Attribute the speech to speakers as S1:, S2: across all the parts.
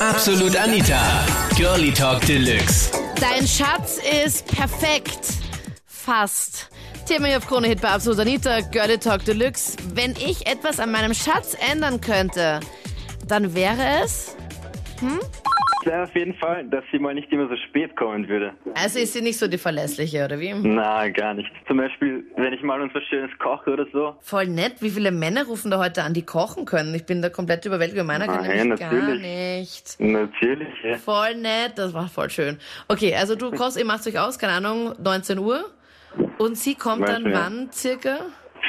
S1: Absolut Anita, Girlie Talk Deluxe.
S2: Dein Schatz ist perfekt. Fast. Thema hier auf Krone Hit bei Absolut Anita, Girlie Talk Deluxe. Wenn ich etwas an meinem Schatz ändern könnte, dann wäre es.
S3: Ja, auf jeden Fall, dass sie mal nicht immer so spät kommen würde.
S2: Also ist sie nicht so die Verlässliche, oder wie?
S3: Na, gar nicht. Zum Beispiel, wenn ich mal uns was Schönes koche oder so.
S2: Voll nett, wie viele Männer rufen da heute an, die kochen können. Ich bin da komplett überwältigt, weil meiner kann
S3: Nein,
S2: nämlich gar
S3: natürlich.
S2: nicht.
S3: Natürlich, ja.
S2: Voll nett, das war voll schön. Okay, also du kochst, ihr macht euch aus, keine Ahnung, 19 Uhr. Und sie kommt
S3: Weiß
S2: dann
S3: nicht.
S2: wann circa?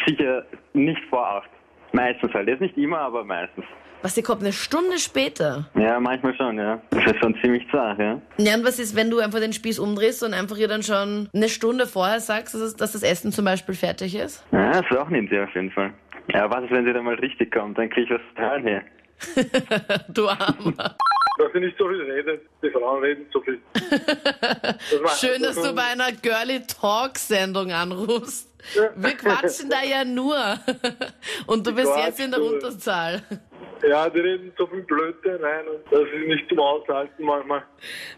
S3: Sicher nicht vor acht. Meistens halt. Jetzt nicht immer, aber meistens.
S2: Was, sie kommt eine Stunde später?
S3: Ja, manchmal schon, ja. Das ist schon ziemlich zart, ja.
S2: Ja, und was ist, wenn du einfach den Spieß umdrehst und einfach ihr dann schon eine Stunde vorher sagst, dass, es, dass das Essen zum Beispiel fertig ist?
S3: Ja, das ist auch eine Idee auf jeden Fall. Ja, was ist, wenn sie dann mal richtig kommt? Dann krieg ich was zu hören hier.
S2: Du Armer.
S4: Dass ich nicht so viel rede. Die Frauen reden zu viel. Das macht-
S2: Schön, dass du bei einer Girly Talk Sendung anrufst. Wir quatschen da ja nur. Und du bist
S4: Quatsch,
S2: jetzt in der
S4: du.
S2: Unterzahl.
S4: Ja, die reden zu viel Blödsinn rein und das ist nicht zum Aushalten manchmal.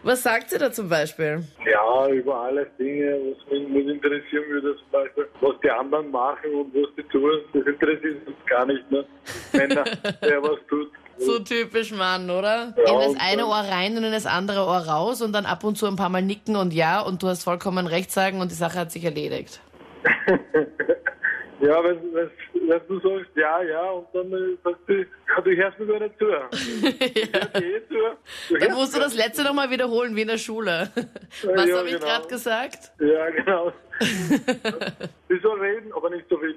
S2: Was sagt sie da zum Beispiel?
S4: Ja, über alles Dinge, was mich was interessieren würde, zum Beispiel, was die anderen machen und was die tun, das interessiert uns gar nicht, ne? Männer, wer was tut.
S2: So typisch Mann, oder?
S4: Ja,
S2: in das
S4: und-
S2: eine Ohr rein und in das andere Ohr raus und dann ab und zu ein paar Mal nicken und ja und du hast vollkommen recht sagen und die Sache hat sich erledigt.
S4: Ja, wenn, wenn, wenn du sagst, ja, ja, und dann äh, sagst du, ja, du hörst mir gar nicht zu. Du hörst mir eh zu. Du
S2: Dann
S4: hörst
S2: musst du
S4: mir-
S2: das letzte nochmal wiederholen, wie in der Schule. Was
S4: ja,
S2: habe ich
S4: genau.
S2: gerade gesagt?
S4: Ja, genau. Sie soll reden, aber nicht so viel.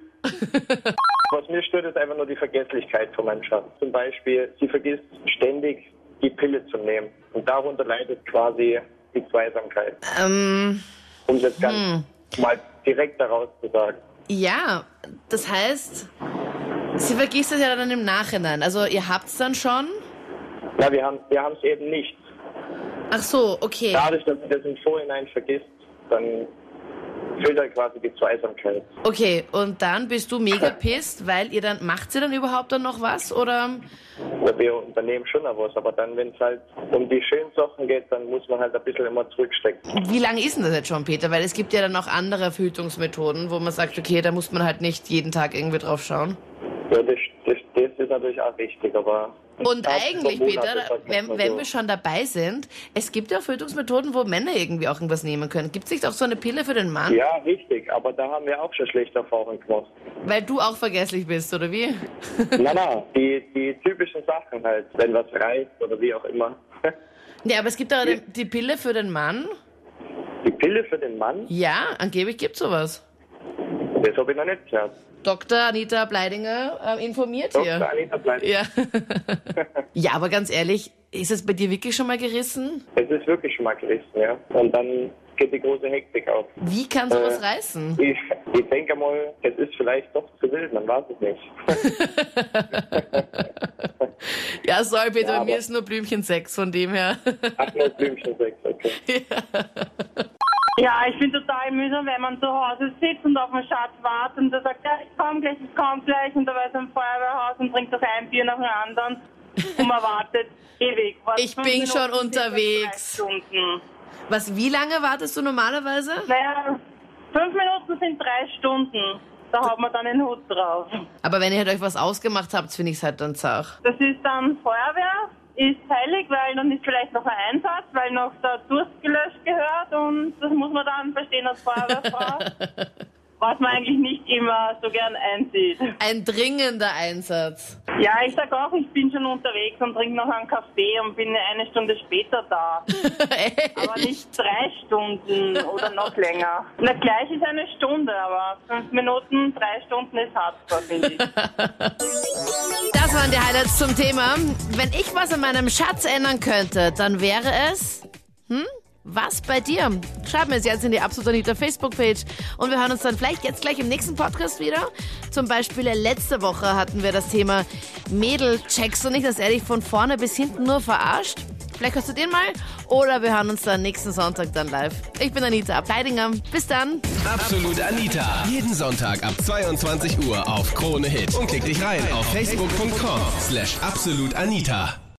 S5: Was mir stört, ist einfach nur die Vergesslichkeit von meinem Schatz. Zum Beispiel, sie vergisst ständig, die Pille zu nehmen. Und darunter leidet quasi die Zweisamkeit.
S2: Ähm,
S5: Um es jetzt ganz mal direkt daraus zu sagen.
S2: ja, das heißt, sie vergisst es ja dann im Nachhinein. Also ihr habt's dann schon.
S5: Na, wir haben wir es eben nicht.
S2: Ach so, okay.
S5: Dadurch, dass sie das im Vorhinein vergisst, dann fehlt halt quasi die Zweisamkeit.
S2: Okay, und dann bist du mega pissed, weil ihr dann, macht sie dann überhaupt dann noch was? Oder
S5: Na, Wir unternehmen schon noch was, aber dann, wenn es halt um die schönen Sachen geht, dann muss man halt ein bisschen immer zurückstecken.
S2: wie lange ist denn das jetzt schon, Peter? Weil es gibt ja dann auch andere Verhütungsmethoden, wo man sagt, okay, da muss man halt nicht jeden Tag irgendwie drauf schauen.
S5: Ja, das, das, das ist natürlich auch wichtig, aber...
S2: Und
S5: Ja,
S2: eigentlich,
S5: Hormone hat
S2: Peter,
S5: das halt
S2: wenn,
S5: manchmal
S2: wenn
S5: so.
S2: wir schon dabei sind, es gibt ja auch Verhütungsmethoden, wo Männer irgendwie auch irgendwas nehmen können. Gibt es nicht auch so eine Pille für den Mann?
S5: Ja, richtig, aber da haben wir auch schon schlechte Erfahrungen gemacht.
S2: Weil du auch vergesslich bist, oder wie?
S5: na, na, die, die typischen Sachen halt, wenn was reißt oder wie auch immer.
S2: ja, aber es gibt auch die, die Pille für den Mann.
S5: Die Pille für den Mann,
S2: Ja, angeblich gibt's sowas.
S5: das habe ich noch nicht gehört.
S2: Dr. Anita Bleidinger äh, informiert hier.
S5: Dr. Anita Bleidinger.
S2: Ja. ja, aber ganz ehrlich, ist es bei dir wirklich schon mal gerissen?
S5: Es ist wirklich schon mal gerissen, ja. Und dann geht die große Hektik auf.
S2: Wie kann sowas
S5: Äh.
S2: reißen?
S5: Ich, ich denke mal, es ist vielleicht doch zu wild, man weiß es nicht.
S2: Ja, sorry, Peter,
S5: Ja,
S2: bei mir
S5: aber-
S2: ist nur Blümchensex von dem her.
S5: Ach, nur Blümchensex, okay.
S6: Ja, ich bin total mühsam, wenn man zu Hause sitzt und auf den Schatz wartet und der sagt, ja, ich komm gleich, ich komm gleich und da war so ein Feuerwehrhaus und trinkt das ein Bier nach dem anderen und man wartet ewig. Was,
S2: Ich
S6: fünf
S2: bin
S6: Minuten
S2: schon
S6: sind das
S2: unterwegs.
S6: drei Stunden.
S2: Was, wie lange wartest du normalerweise?
S6: Naja, fünf Minuten sind drei Stunden. Da hat man dann den Hut drauf.
S2: Aber wenn ihr halt euch was ausgemacht habt, finde ich es halt dann zach.
S6: Das ist dann Feuerwehr, ist heilig, weil dann ist vielleicht noch ein Einsatz, weil noch der Durst gelöscht gehört und das muss man dann verstehen als Feuerwehrfrau, was man eigentlich nicht immer so gern einsieht.
S2: Ein dringender Einsatz.
S6: Ja, ich sag auch, ich bin schon unterwegs und trinke noch einen Kaffee und bin eine Stunde später da. Aber nicht drei Stunden oder noch länger. Na, gleich ist eine Stunde, aber fünf Minuten, drei Stunden ist hardcore, finde ich.
S2: Das waren die Highlights zum Thema. Wenn ich was an meinem Schatz ändern könnte, dann wäre es. Hm? Was bei dir? Schreib mir es jetzt in die Absolut Anita Facebook-Page und wir hören uns dann vielleicht jetzt gleich im nächsten Podcast wieder. Zum Beispiel äh, letzte Woche hatten wir das Thema Mädel, checkst du nicht, dass er dich von vorne bis hinten nur verarscht? Vielleicht hörst du den mal oder wir hören uns dann nächsten Sonntag dann live. Ich bin Anita Ableidinger. Bis dann.
S1: Absolut Anita, jeden Sonntag ab 22 Uhr auf Krone Hit. Und klick dich rein auf facebook.com/slash absolutanita.